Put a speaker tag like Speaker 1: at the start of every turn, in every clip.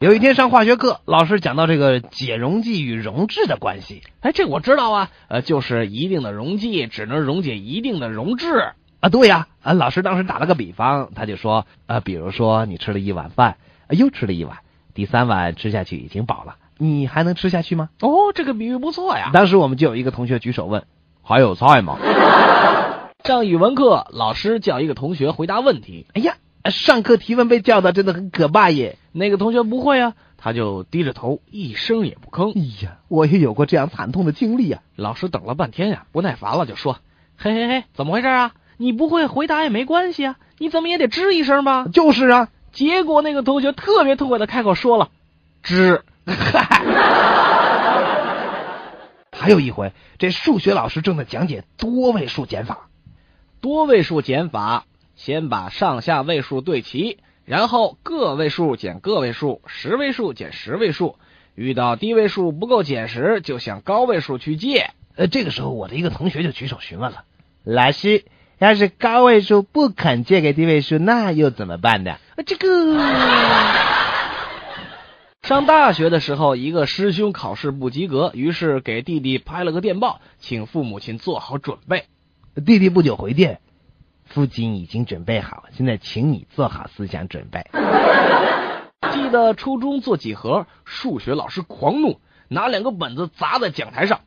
Speaker 1: 有一天上化学课，老师讲到这个解溶剂与溶质的关系
Speaker 2: 哎，这我知道啊，呃，就是一定的溶剂只能溶解一定的溶质。
Speaker 1: 啊，对呀、啊，老师当时打了个比方，他就说，呃，比如说你吃了一碗饭，呃又吃了一碗，第三碗吃下去已经饱了，你还能吃下去吗？
Speaker 2: 哦，这个比喻不错呀。
Speaker 1: 当时我们就有一个同学举手问，还有菜吗？
Speaker 2: 上语文课，老师叫一个同学回答问题，
Speaker 1: 哎呀，上课提问被叫的真的很可怕耶！
Speaker 2: 那个同学不会啊，他就低着头一声也不吭。
Speaker 1: 哎呀，我也有过这样惨痛的经历啊。
Speaker 2: 老师等了半天呀、不耐烦了，就说：“嘿嘿嘿，怎么回事啊？你不会回答也没关系啊，你怎么也得吱一声吧
Speaker 1: 就是啊，？”
Speaker 2: 结果那个同学特别痛快的开口说了：“吱。”
Speaker 1: 还有一回，这数学老师正在讲解多位数减法，
Speaker 2: 多位数减法，先把上下位数对齐，然后个位数减个位数，十位数减十位数。遇到低位数不够减时，就向高位数去借。
Speaker 1: 呃，这个时候我的一个同学就举手询问了：“老师，要是高位数不肯借给低位数，那又怎么办呢呃
Speaker 2: 啊这个。上大学的时候，一个师兄考试不及格，于是给弟弟拍了个电报，请父母亲做好准备。？”
Speaker 1: 弟弟不久回电：“父亲已经准备好，现在请你做好思想准备。
Speaker 2: 记得初中做几何，数学老师狂怒，拿两个本子砸在讲台上。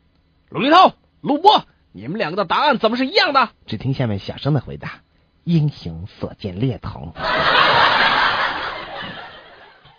Speaker 2: 鲁立涛、鲁波，你们两个的答案怎么是一样的？”
Speaker 1: 只听下面小声的回答：“英雄所见略同。